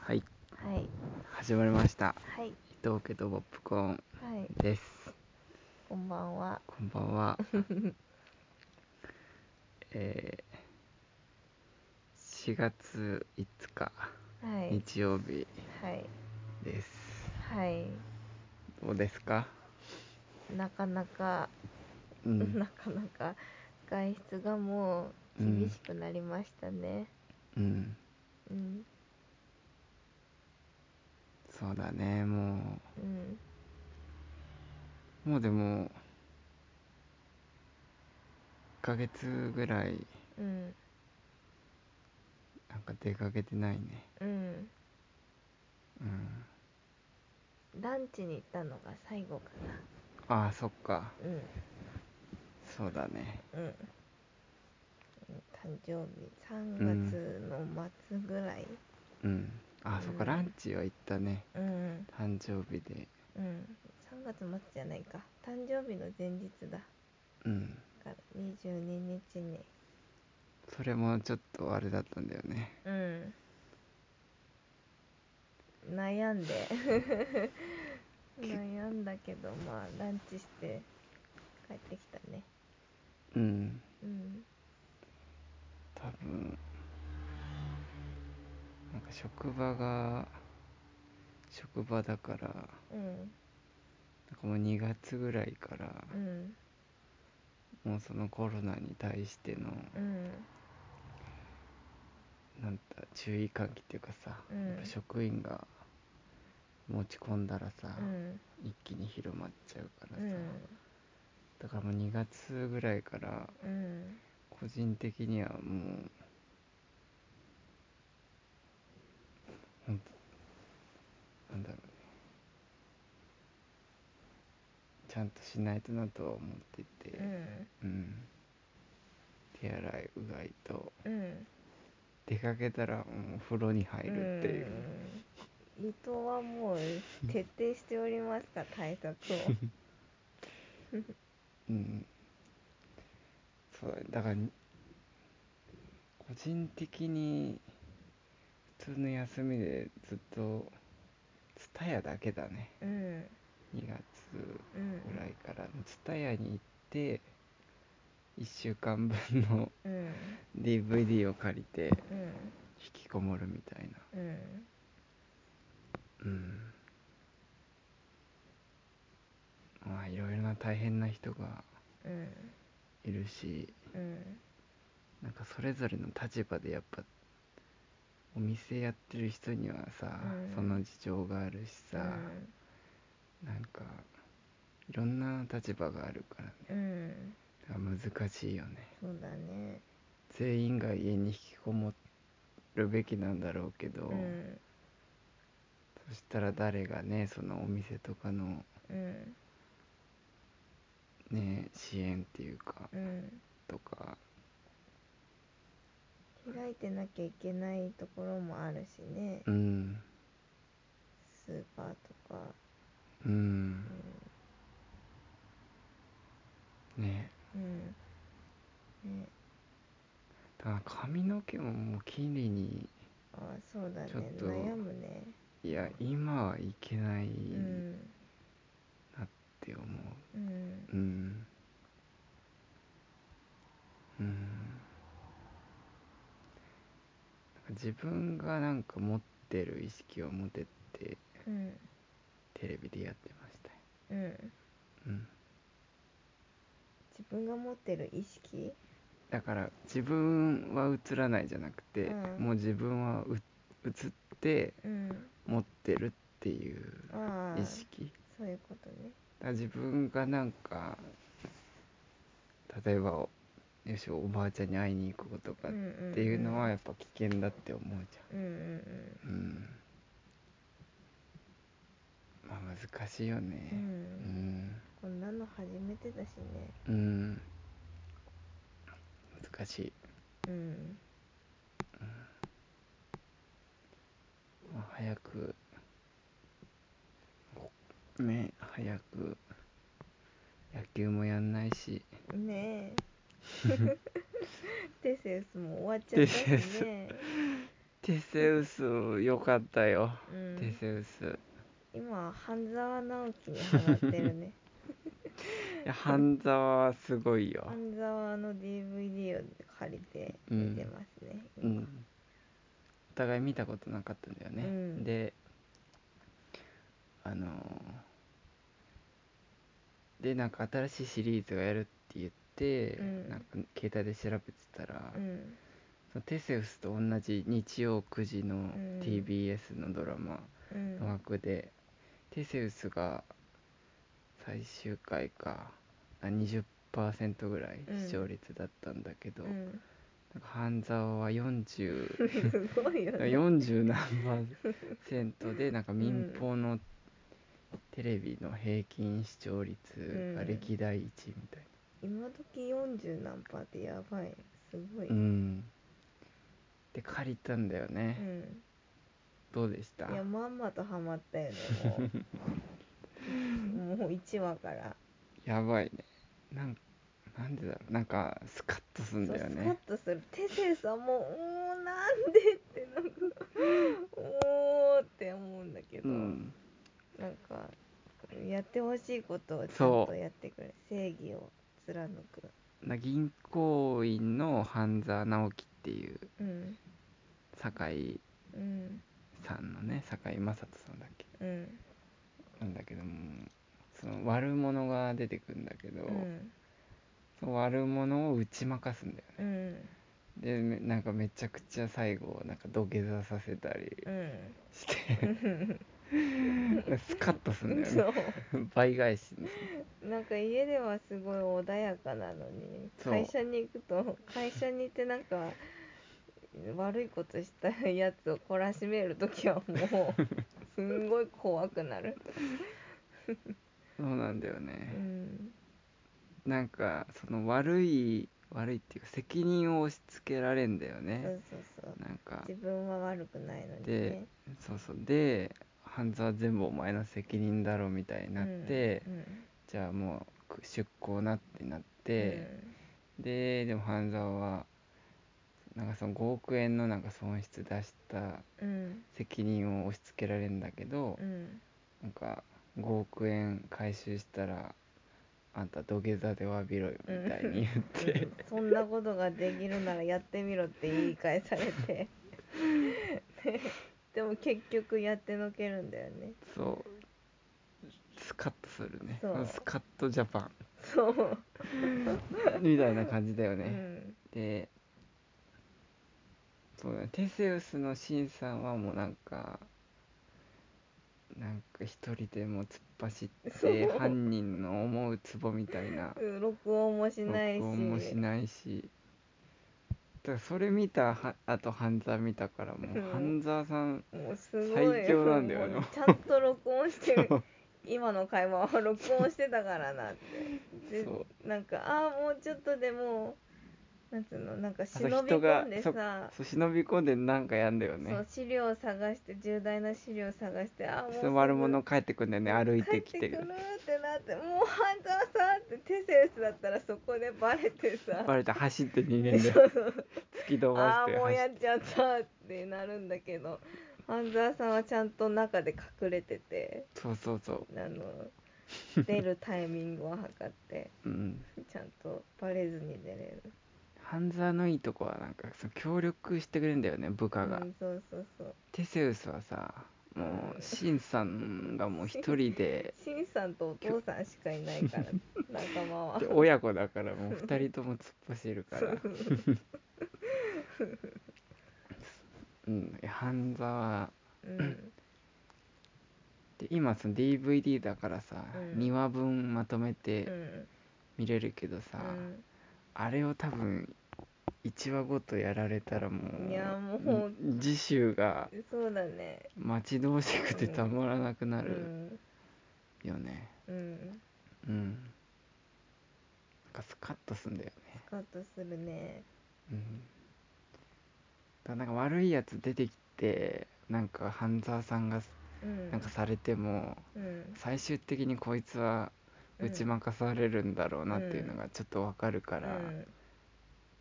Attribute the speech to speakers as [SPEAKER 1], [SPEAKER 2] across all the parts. [SPEAKER 1] はい
[SPEAKER 2] はい
[SPEAKER 1] 始まりました
[SPEAKER 2] はい
[SPEAKER 1] 伊藤家とポップコーン
[SPEAKER 2] はい
[SPEAKER 1] です
[SPEAKER 2] こんばんは
[SPEAKER 1] こんばん はえー、4月5日
[SPEAKER 2] はい
[SPEAKER 1] 日曜日
[SPEAKER 2] はい
[SPEAKER 1] です、
[SPEAKER 2] はい
[SPEAKER 1] どうですか
[SPEAKER 2] なかなか、
[SPEAKER 1] う、
[SPEAKER 2] なんかなか外出がもう厳しくなりましたね
[SPEAKER 1] うん、
[SPEAKER 2] うん
[SPEAKER 1] そうだねも
[SPEAKER 2] うん
[SPEAKER 1] うもうでも1ヶ月ぐらい
[SPEAKER 2] うん
[SPEAKER 1] なんか出かけてないね
[SPEAKER 2] うん
[SPEAKER 1] うん
[SPEAKER 2] ランチに行ったのが最後かな
[SPEAKER 1] ああそっか
[SPEAKER 2] うん
[SPEAKER 1] そうだね
[SPEAKER 2] うんうん誕生日3月の末ぐらい
[SPEAKER 1] うんあ、そっか
[SPEAKER 2] うん
[SPEAKER 1] ランチは行ったね
[SPEAKER 2] うん
[SPEAKER 1] 誕生日で
[SPEAKER 2] うん3月末じゃないか誕生日の前日だ
[SPEAKER 1] うん
[SPEAKER 2] から22日に
[SPEAKER 1] それもちょっとあれだったんだよね
[SPEAKER 2] うん悩んで悩んだけどまあランチして帰ってきたね
[SPEAKER 1] うん
[SPEAKER 2] うん
[SPEAKER 1] 多分なんか職場が職場だからなんか
[SPEAKER 2] うん
[SPEAKER 1] もう2月ぐらいから
[SPEAKER 2] うん
[SPEAKER 1] もうそのコロナに対しての
[SPEAKER 2] うん
[SPEAKER 1] なんだ注意喚起っていうかさ、
[SPEAKER 2] うん
[SPEAKER 1] やっぱ職員が持ち込んだらさ、
[SPEAKER 2] うん
[SPEAKER 1] 一気に広まっちゃうから
[SPEAKER 2] う
[SPEAKER 1] さ、
[SPEAKER 2] ん
[SPEAKER 1] だからもう2月ぐらいから
[SPEAKER 2] うん
[SPEAKER 1] 個人的にはもうほんとなんだろうねちゃんとしないとなとは思ってて
[SPEAKER 2] うん
[SPEAKER 1] うん手洗いうがいと
[SPEAKER 2] うん
[SPEAKER 1] 出かけたらもうお風呂に入るっていう、
[SPEAKER 2] うん伊藤はもう徹底しておりますか対策を
[SPEAKER 1] うん、そうだねだから個人的に普通の休みでずっと蔦屋だけだね
[SPEAKER 2] うん
[SPEAKER 1] 2月
[SPEAKER 2] うん
[SPEAKER 1] ぐらいから蔦屋に行って1週間分の
[SPEAKER 2] うん
[SPEAKER 1] DVD を借りて
[SPEAKER 2] うん
[SPEAKER 1] 引きこもるみたいな
[SPEAKER 2] うん
[SPEAKER 1] うんまあいろいろな大変な人が
[SPEAKER 2] うん
[SPEAKER 1] いるし
[SPEAKER 2] うん
[SPEAKER 1] なんかそれぞれの立場でやっぱお店やってる人にはさ、
[SPEAKER 2] うん
[SPEAKER 1] その事情があるしさ、なんかいろんな立場があるからね
[SPEAKER 2] うんうん
[SPEAKER 1] だから難しいよね
[SPEAKER 2] そうだね
[SPEAKER 1] 全員が家に引きこもるべきなんだろうけど、
[SPEAKER 2] うん
[SPEAKER 1] そしたら誰がねそのお店とかの
[SPEAKER 2] うん
[SPEAKER 1] ね支援っていうか
[SPEAKER 2] うん
[SPEAKER 1] とか
[SPEAKER 2] 開いてなきゃいけないところもあるしね
[SPEAKER 1] うん
[SPEAKER 2] スーパーとか
[SPEAKER 1] うんね
[SPEAKER 2] うんね
[SPEAKER 1] だから髪の毛ももう金利に
[SPEAKER 2] あそうだね
[SPEAKER 1] ちょっと
[SPEAKER 2] 悩むね
[SPEAKER 1] いや今はいけないっ
[SPEAKER 2] うん
[SPEAKER 1] て思
[SPEAKER 2] う
[SPEAKER 1] うんうんうんなんか自分がなんか持ってる意識を持てって
[SPEAKER 2] うん
[SPEAKER 1] テレビでやってましたよ
[SPEAKER 2] うん
[SPEAKER 1] うん
[SPEAKER 2] 自分が持ってる意識
[SPEAKER 1] だから自分は映らないじゃなくて、
[SPEAKER 2] うん
[SPEAKER 1] もう自分はう映って
[SPEAKER 2] うん
[SPEAKER 1] 持ってるっていう
[SPEAKER 2] ああ
[SPEAKER 1] 意識
[SPEAKER 2] そういうことね
[SPEAKER 1] だから自分がなんか例えばよしおばあちゃんに会いに行こうとか
[SPEAKER 2] うんうんうん
[SPEAKER 1] っていうのはやっぱ危険だって思うじ
[SPEAKER 2] うんうん
[SPEAKER 1] ゃんうんまあ難しいよね
[SPEAKER 2] うんう
[SPEAKER 1] うんん
[SPEAKER 2] こんなの初めてだしね
[SPEAKER 1] うん難しい、
[SPEAKER 2] うん
[SPEAKER 1] まあ、早くこね早く野球もやんないし
[SPEAKER 2] ねえテセウスも終わっちゃったしね
[SPEAKER 1] テセウスよかったよ、
[SPEAKER 2] う
[SPEAKER 1] テ
[SPEAKER 2] ん、
[SPEAKER 1] セウス
[SPEAKER 2] 今半沢直樹にハマって るね
[SPEAKER 1] いや半沢はすごいよ
[SPEAKER 2] 半沢の DVD を借りて見てますね、
[SPEAKER 1] う
[SPEAKER 2] 今
[SPEAKER 1] んお互い見たことなかったんだよね、
[SPEAKER 2] うん
[SPEAKER 1] であのーでなんか新しいシリーズがやるって言って、
[SPEAKER 2] うん
[SPEAKER 1] なんか携帯で調べてたら、
[SPEAKER 2] うん
[SPEAKER 1] そのテセウスと同じ日曜9時の
[SPEAKER 2] ん
[SPEAKER 1] TBS のドラマ
[SPEAKER 2] う
[SPEAKER 1] の
[SPEAKER 2] ん
[SPEAKER 1] 枠で、テセウスが最終回かあ20%ぐらい視聴率だったんだけど、
[SPEAKER 2] うん、
[SPEAKER 1] なんか半沢は40
[SPEAKER 2] すごい よね
[SPEAKER 1] 40何パーセントでなんか民放のテレビの平均視聴率が歴代1位みたい
[SPEAKER 2] 今時40何パーってやばいよすごい、
[SPEAKER 1] なうんで借りたんだよね、
[SPEAKER 2] うん
[SPEAKER 1] どうでした
[SPEAKER 2] いやまんまとハマったよねも うもう1話から
[SPEAKER 1] やばいねなんなんでだろうなんかスカッとすん
[SPEAKER 2] そう
[SPEAKER 1] だよ
[SPEAKER 2] スカッ
[SPEAKER 1] ね
[SPEAKER 2] とするテセウスはもう「もうなんで?」ってなんか「おー」って思うんだけど、
[SPEAKER 1] うん
[SPEAKER 2] なんかやってほしいことをちゃ
[SPEAKER 1] そ
[SPEAKER 2] ん
[SPEAKER 1] う
[SPEAKER 2] とやってくれ正義を貫く
[SPEAKER 1] な銀行員の半沢直樹っていう
[SPEAKER 2] うん
[SPEAKER 1] 酒井
[SPEAKER 2] うん
[SPEAKER 1] さんのね酒井雅人さんだっけ
[SPEAKER 2] うん
[SPEAKER 1] なんだけどもその悪者が出てくるんだけど、
[SPEAKER 2] うん
[SPEAKER 1] その悪者を打ち負かすんだよね
[SPEAKER 2] うん
[SPEAKER 1] でめなんかめちゃくちゃ最後なんか土下座させたり
[SPEAKER 2] うん
[SPEAKER 1] して スカッとすんだよ
[SPEAKER 2] そ
[SPEAKER 1] ね
[SPEAKER 2] う
[SPEAKER 1] 倍返しに
[SPEAKER 2] なんか家ではすごい穏やかなのに
[SPEAKER 1] そう
[SPEAKER 2] 会社に行く と会社に行ってなんか悪いことしたやつを懲らしめる 時はもうすんごい怖くなる、
[SPEAKER 1] そうなんだよ
[SPEAKER 2] う
[SPEAKER 1] ね、
[SPEAKER 2] ん、
[SPEAKER 1] なんかその悪い悪いっていうか責任を押し付けられんだよ
[SPEAKER 2] そ
[SPEAKER 1] ね
[SPEAKER 2] うそうそう
[SPEAKER 1] なんか
[SPEAKER 2] 自分は悪くないのに
[SPEAKER 1] で
[SPEAKER 2] ね
[SPEAKER 1] そうそうで犯罪は全部お前の責任だろみたいになって、
[SPEAKER 2] うん
[SPEAKER 1] じゃあもうく出向なってなって、ででも半沢はなんかその5億円のなんか損失出した
[SPEAKER 2] うん
[SPEAKER 1] 責任を押し付けられるんだけど、
[SPEAKER 2] うん
[SPEAKER 1] なんか5億円回収したらあんた土下座で詫びろよみたいに言って、
[SPEAKER 2] うんそんなことができるならやってみろって言い返されて ででも結局やってのけるんだよね
[SPEAKER 1] そうスカッとするね
[SPEAKER 2] そう
[SPEAKER 1] スカッとジャパ
[SPEAKER 2] そう、
[SPEAKER 1] ンみたいな感じだよ
[SPEAKER 2] う
[SPEAKER 1] ね、
[SPEAKER 2] ん
[SPEAKER 1] でそうだねテセウスのシンさんはもうなんかなんか一人でもう突っ走って
[SPEAKER 2] そう
[SPEAKER 1] 犯人の思うツボみたいな
[SPEAKER 2] うん録音もしないし
[SPEAKER 1] 録音もしないしだからそれ見たはあと半沢見たからも
[SPEAKER 2] うん
[SPEAKER 1] う半沢さん
[SPEAKER 2] もうすごい
[SPEAKER 1] 最強なんだよね
[SPEAKER 2] もうちゃんと録音してる今の会話を録音してたからなってで
[SPEAKER 1] そ
[SPEAKER 2] なんかああもうちょっとでもうなんつうのなんか忍び
[SPEAKER 1] 人が
[SPEAKER 2] 込んでさ
[SPEAKER 1] そう忍び込んでなんかやんだよ
[SPEAKER 2] そ
[SPEAKER 1] ね
[SPEAKER 2] う資料探して重大な資料探してああもう
[SPEAKER 1] その悪者帰ってくんだよね歩いてき
[SPEAKER 2] 帰
[SPEAKER 1] て
[SPEAKER 2] ってくる
[SPEAKER 1] る
[SPEAKER 2] ってなってもう半沢さんってテセウスだったらそこでバレてさ
[SPEAKER 1] バレて走って逃げんだよ突き飛ば
[SPEAKER 2] あ
[SPEAKER 1] し
[SPEAKER 2] あ
[SPEAKER 1] て
[SPEAKER 2] もう
[SPEAKER 1] 走っ
[SPEAKER 2] やっちゃったってなるんだけど半沢さんはちゃんと中で隠れてて
[SPEAKER 1] そうそうそ
[SPEAKER 2] あの出るタイミングを測って
[SPEAKER 1] ううん
[SPEAKER 2] ちゃんとバレずに出れる
[SPEAKER 1] 半沢のいいとこはなんかその協力してくれるんだよね部下が、
[SPEAKER 2] うん、そうそうそう
[SPEAKER 1] テセウスはさもうシンさんがもう一人 で
[SPEAKER 2] シンさんとお父さんしかいないから 仲間は
[SPEAKER 1] で親子だからもう二人とも突っ走るから うんいや半沢
[SPEAKER 2] うん
[SPEAKER 1] で今その DVD だからさ、
[SPEAKER 2] うん
[SPEAKER 1] 2話分まとめ
[SPEAKER 2] う
[SPEAKER 1] て
[SPEAKER 2] ん
[SPEAKER 1] 見れるけどさ、あれを多分1話ごとやられたらも
[SPEAKER 2] うん
[SPEAKER 1] う
[SPEAKER 2] いやもう
[SPEAKER 1] 次週が
[SPEAKER 2] そうだね
[SPEAKER 1] 待ち遠しくてたまらなくな
[SPEAKER 2] う
[SPEAKER 1] る
[SPEAKER 2] ん
[SPEAKER 1] よね
[SPEAKER 2] うん
[SPEAKER 1] うん、なんかスカッとすんだよね
[SPEAKER 2] スカッとするね
[SPEAKER 1] うんだからなんか悪いやつ出てきてなんか半沢さんが
[SPEAKER 2] うん
[SPEAKER 1] なんかされても、
[SPEAKER 2] うん
[SPEAKER 1] 最終的にこいつは打ち負かされるんだろうなっていうのがちょっとわかるから、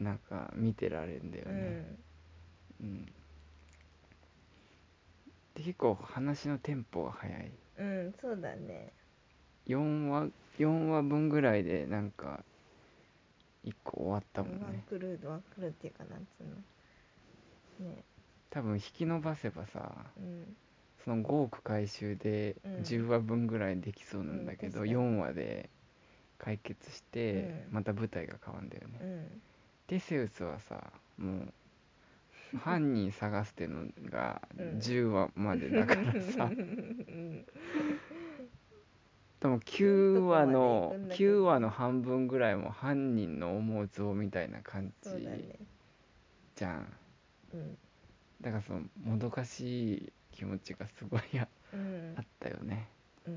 [SPEAKER 1] なんか見てられんだよ
[SPEAKER 2] う
[SPEAKER 1] ね、
[SPEAKER 2] ん
[SPEAKER 1] うんで結構話のテンポが早い
[SPEAKER 2] うんそうだね
[SPEAKER 1] 4話4話分ぐらいでなんか1個終わったもん
[SPEAKER 2] ワン
[SPEAKER 1] ね
[SPEAKER 2] クルードワンクルーっていうかなんつうのね
[SPEAKER 1] 多分引き伸ばせばさ
[SPEAKER 2] うん
[SPEAKER 1] その5億回収で
[SPEAKER 2] うん
[SPEAKER 1] 10話分ぐらいできそうなんだけ
[SPEAKER 2] う
[SPEAKER 1] ど、
[SPEAKER 2] ん確かに
[SPEAKER 1] 4話で解決して、
[SPEAKER 2] うん
[SPEAKER 1] また舞台が変わるんだよね、
[SPEAKER 2] うん
[SPEAKER 1] テセウスはさもう犯人探すっていうのが
[SPEAKER 2] うん
[SPEAKER 1] 10話までだからさ、
[SPEAKER 2] うん
[SPEAKER 1] でも9話の
[SPEAKER 2] どこまで行くんだけど
[SPEAKER 1] 9話の半分ぐらいも犯人の思う像みたいな感じ
[SPEAKER 2] そうだね
[SPEAKER 1] じゃん
[SPEAKER 2] うん
[SPEAKER 1] だからそのもどかしい気持ちがすごいあ
[SPEAKER 2] うん
[SPEAKER 1] あったよね
[SPEAKER 2] うん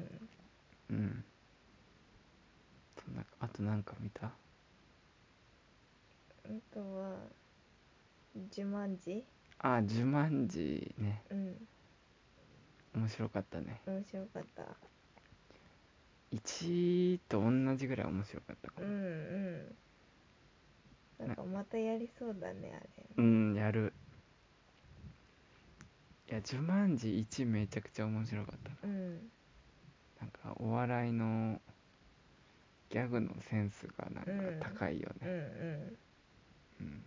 [SPEAKER 1] うんそんなあとなんか見た
[SPEAKER 2] あとはジュマンジ
[SPEAKER 1] あジュマンジね
[SPEAKER 2] うん
[SPEAKER 1] 面白かったね
[SPEAKER 2] 面白かった
[SPEAKER 1] 1と同じぐらい面白かったか
[SPEAKER 2] う
[SPEAKER 1] も
[SPEAKER 2] んうんなんかまたやりそうだねあれ
[SPEAKER 1] うんやるいや「ジュマンジ1」めちゃくちゃ面白かったな
[SPEAKER 2] うん
[SPEAKER 1] なんかお笑いのギャグのセンスがなん
[SPEAKER 2] うん
[SPEAKER 1] か高いよ
[SPEAKER 2] うん
[SPEAKER 1] ね、うん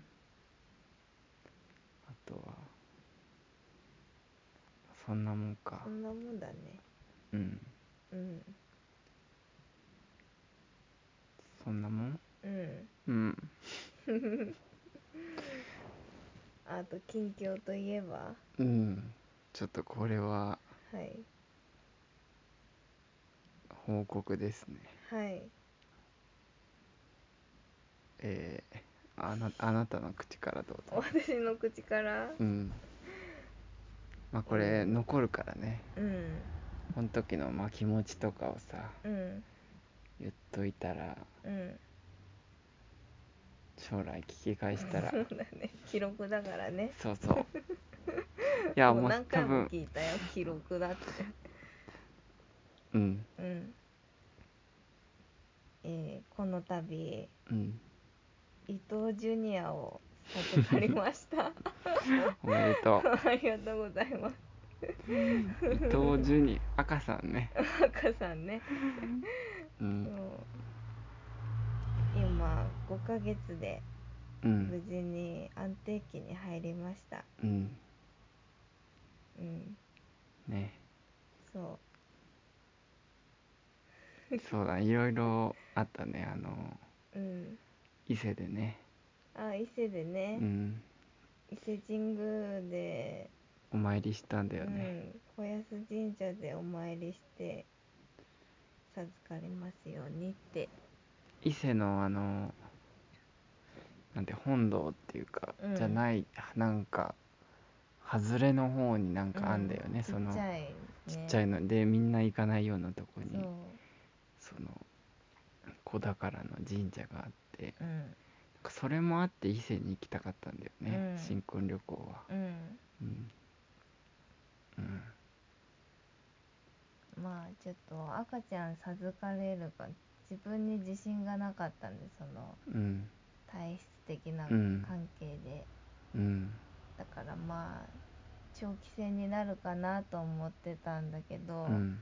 [SPEAKER 1] あとはそんなもん
[SPEAKER 2] うん
[SPEAKER 1] か
[SPEAKER 2] そんなもんだね
[SPEAKER 1] うん
[SPEAKER 2] うん
[SPEAKER 1] そんなもん
[SPEAKER 2] うん
[SPEAKER 1] うん
[SPEAKER 2] あと近況といえば
[SPEAKER 1] うんちょっとこれは
[SPEAKER 2] はい
[SPEAKER 1] 報告ですね
[SPEAKER 2] はい
[SPEAKER 1] えー、あなあなたの口からどうぞ
[SPEAKER 2] 私の口から
[SPEAKER 1] うんまあこれ残るからね
[SPEAKER 2] うん
[SPEAKER 1] この時のまあ気持ちとかをさ
[SPEAKER 2] うん
[SPEAKER 1] 言っといたら
[SPEAKER 2] うん
[SPEAKER 1] 将来聞き返した ら
[SPEAKER 2] そうだね記録だからね
[SPEAKER 1] そうそういやも
[SPEAKER 2] もう
[SPEAKER 1] う
[SPEAKER 2] 何
[SPEAKER 1] 多
[SPEAKER 2] 回も
[SPEAKER 1] 分
[SPEAKER 2] 聞いたよ記録だって
[SPEAKER 1] うん
[SPEAKER 2] うんえーこの度
[SPEAKER 1] うん
[SPEAKER 2] 伊藤ジュニアを授かりました
[SPEAKER 1] おめでとう
[SPEAKER 2] ありがとうございます
[SPEAKER 1] 伊藤ジュニ赤さんね
[SPEAKER 2] 赤さんね
[SPEAKER 1] う
[SPEAKER 2] そうん今5ヶ月で
[SPEAKER 1] う
[SPEAKER 2] 無
[SPEAKER 1] ん
[SPEAKER 2] 事に安定期に入りました
[SPEAKER 1] うん
[SPEAKER 2] うん
[SPEAKER 1] ね
[SPEAKER 2] そ
[SPEAKER 1] そうだいろいろあったねあの
[SPEAKER 2] ううん
[SPEAKER 1] 伊勢でね
[SPEAKER 2] あ伊勢で
[SPEAKER 1] う
[SPEAKER 2] ね、
[SPEAKER 1] ん
[SPEAKER 2] 伊勢神宮で、
[SPEAKER 1] お参りしたんだ
[SPEAKER 2] う
[SPEAKER 1] よね、
[SPEAKER 2] ん、小安神社でお参りして授かりますようにって
[SPEAKER 1] 伊勢のあのなんて本堂っていうか、
[SPEAKER 2] うん
[SPEAKER 1] じゃないなんか外れの方になんかあんだよね、
[SPEAKER 2] う
[SPEAKER 1] その
[SPEAKER 2] ちっちゃい、ね、
[SPEAKER 1] ちっちゃいのでみんな行かないようなとこに
[SPEAKER 2] そう
[SPEAKER 1] その子宝の神社があって
[SPEAKER 2] うん
[SPEAKER 1] それもあって伊勢に行きたかったんだよね、
[SPEAKER 2] うん
[SPEAKER 1] 新婚旅行は
[SPEAKER 2] うん
[SPEAKER 1] うん、うん、
[SPEAKER 2] まあちょっと赤ちゃん授かれるか自分に自信がなかったんでその
[SPEAKER 1] うん
[SPEAKER 2] 体質的な
[SPEAKER 1] うん
[SPEAKER 2] 関係で、
[SPEAKER 1] うん
[SPEAKER 2] だからまあ長期戦になるかなと思ってたんだけど、
[SPEAKER 1] うん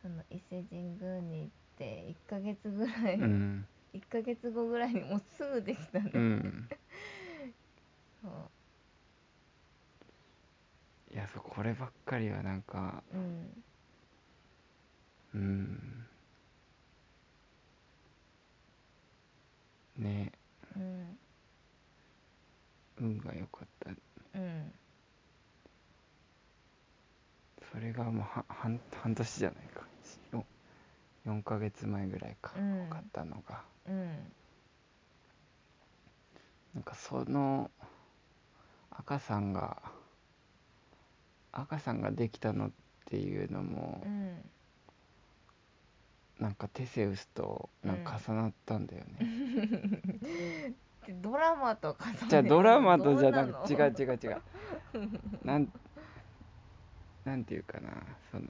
[SPEAKER 2] その伊勢神宮に行って1ヶ月ぐらい、
[SPEAKER 1] うんうん
[SPEAKER 2] 1ヶ月後ぐらいにもうすぐできたね、
[SPEAKER 1] うん
[SPEAKER 2] そう
[SPEAKER 1] いやそうこればっかりはなんかう
[SPEAKER 2] うん
[SPEAKER 1] んね
[SPEAKER 2] うん
[SPEAKER 1] 運が良かった
[SPEAKER 2] うん
[SPEAKER 1] それがもうは半半年じゃないかよ4ヶ月前ぐらいか、
[SPEAKER 2] うん
[SPEAKER 1] 分かったのが
[SPEAKER 2] うん
[SPEAKER 1] なんかその赤さんが赤さんができたのっていうのも、
[SPEAKER 2] うん
[SPEAKER 1] なんかテセウスとなんか重なったんだよね、
[SPEAKER 2] でドラマとか
[SPEAKER 1] じゃあドラマとじゃなく
[SPEAKER 2] て
[SPEAKER 1] 違う違う違うなんなんていうかなその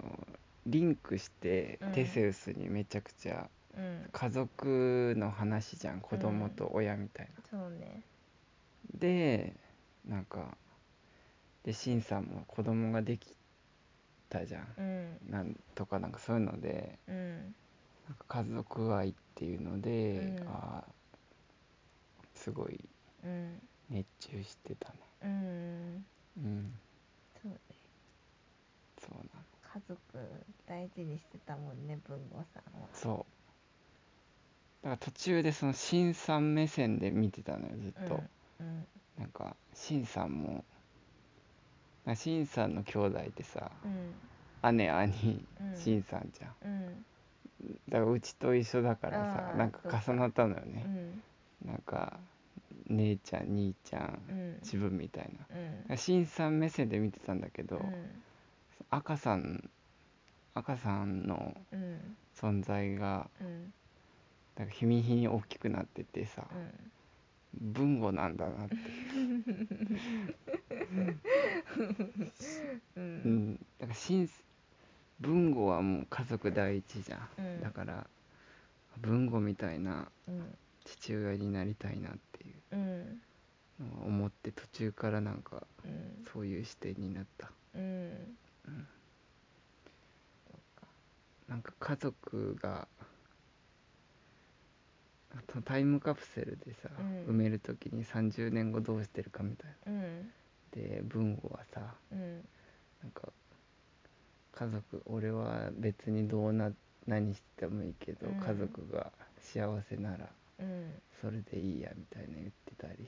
[SPEAKER 1] リンクして
[SPEAKER 2] うん
[SPEAKER 1] テセウスにめちゃくちゃ
[SPEAKER 2] うん
[SPEAKER 1] 家族の話じゃん子供と親みたいな、
[SPEAKER 2] そうね
[SPEAKER 1] でなんかでシンさんも子供ができたじゃん、
[SPEAKER 2] うん
[SPEAKER 1] なんとかなんかそういうので
[SPEAKER 2] うん
[SPEAKER 1] なんか家族愛っていうので、
[SPEAKER 2] うん
[SPEAKER 1] あーすごい
[SPEAKER 2] うん
[SPEAKER 1] 熱中してたね
[SPEAKER 2] うん
[SPEAKER 1] うん
[SPEAKER 2] そうね
[SPEAKER 1] そうなの
[SPEAKER 2] 家族大事にしてたもんね文吾さんは
[SPEAKER 1] そうだから途中でそのシンさん目線で見てたのよずっと、
[SPEAKER 2] うん
[SPEAKER 1] なんかシンさんもなんかシンさんの兄弟ってさ、
[SPEAKER 2] うん
[SPEAKER 1] 姉兄
[SPEAKER 2] うん
[SPEAKER 1] シンさんじゃん
[SPEAKER 2] うん
[SPEAKER 1] だからうちと一緒だからさ
[SPEAKER 2] あー
[SPEAKER 1] なんか重なったのよ
[SPEAKER 2] う
[SPEAKER 1] ね、
[SPEAKER 2] ん
[SPEAKER 1] なんか姉ちゃん兄ちゃん、
[SPEAKER 2] うん
[SPEAKER 1] 自分みたいなだか
[SPEAKER 2] うんうん
[SPEAKER 1] らシンさん目線で見てたんだけど、
[SPEAKER 2] うん
[SPEAKER 1] 赤さん赤さんの
[SPEAKER 2] うん
[SPEAKER 1] 存在が
[SPEAKER 2] うん
[SPEAKER 1] なんか日に日に大きくなっててさ、
[SPEAKER 2] うん
[SPEAKER 1] 文語なんだなって、う
[SPEAKER 2] う
[SPEAKER 1] んん、だからしん文語はもう家族第一じゃん、
[SPEAKER 2] うん
[SPEAKER 1] だから文語みたいな
[SPEAKER 2] うん
[SPEAKER 1] 父親になりたいなってい
[SPEAKER 2] うん
[SPEAKER 1] うのは思って途中からなんか
[SPEAKER 2] うん
[SPEAKER 1] そういう視点になった
[SPEAKER 2] うん
[SPEAKER 1] なんか家族があとタイムカプセルでさ、
[SPEAKER 2] うん
[SPEAKER 1] 埋める時に30年後どうしてるかみたいな
[SPEAKER 2] うん
[SPEAKER 1] で文語はさ
[SPEAKER 2] うん
[SPEAKER 1] なんか家族俺は別にどうな何してもいいけど、
[SPEAKER 2] うん
[SPEAKER 1] 家族が幸せなら
[SPEAKER 2] うん
[SPEAKER 1] それでいいやみたいな言ってたりし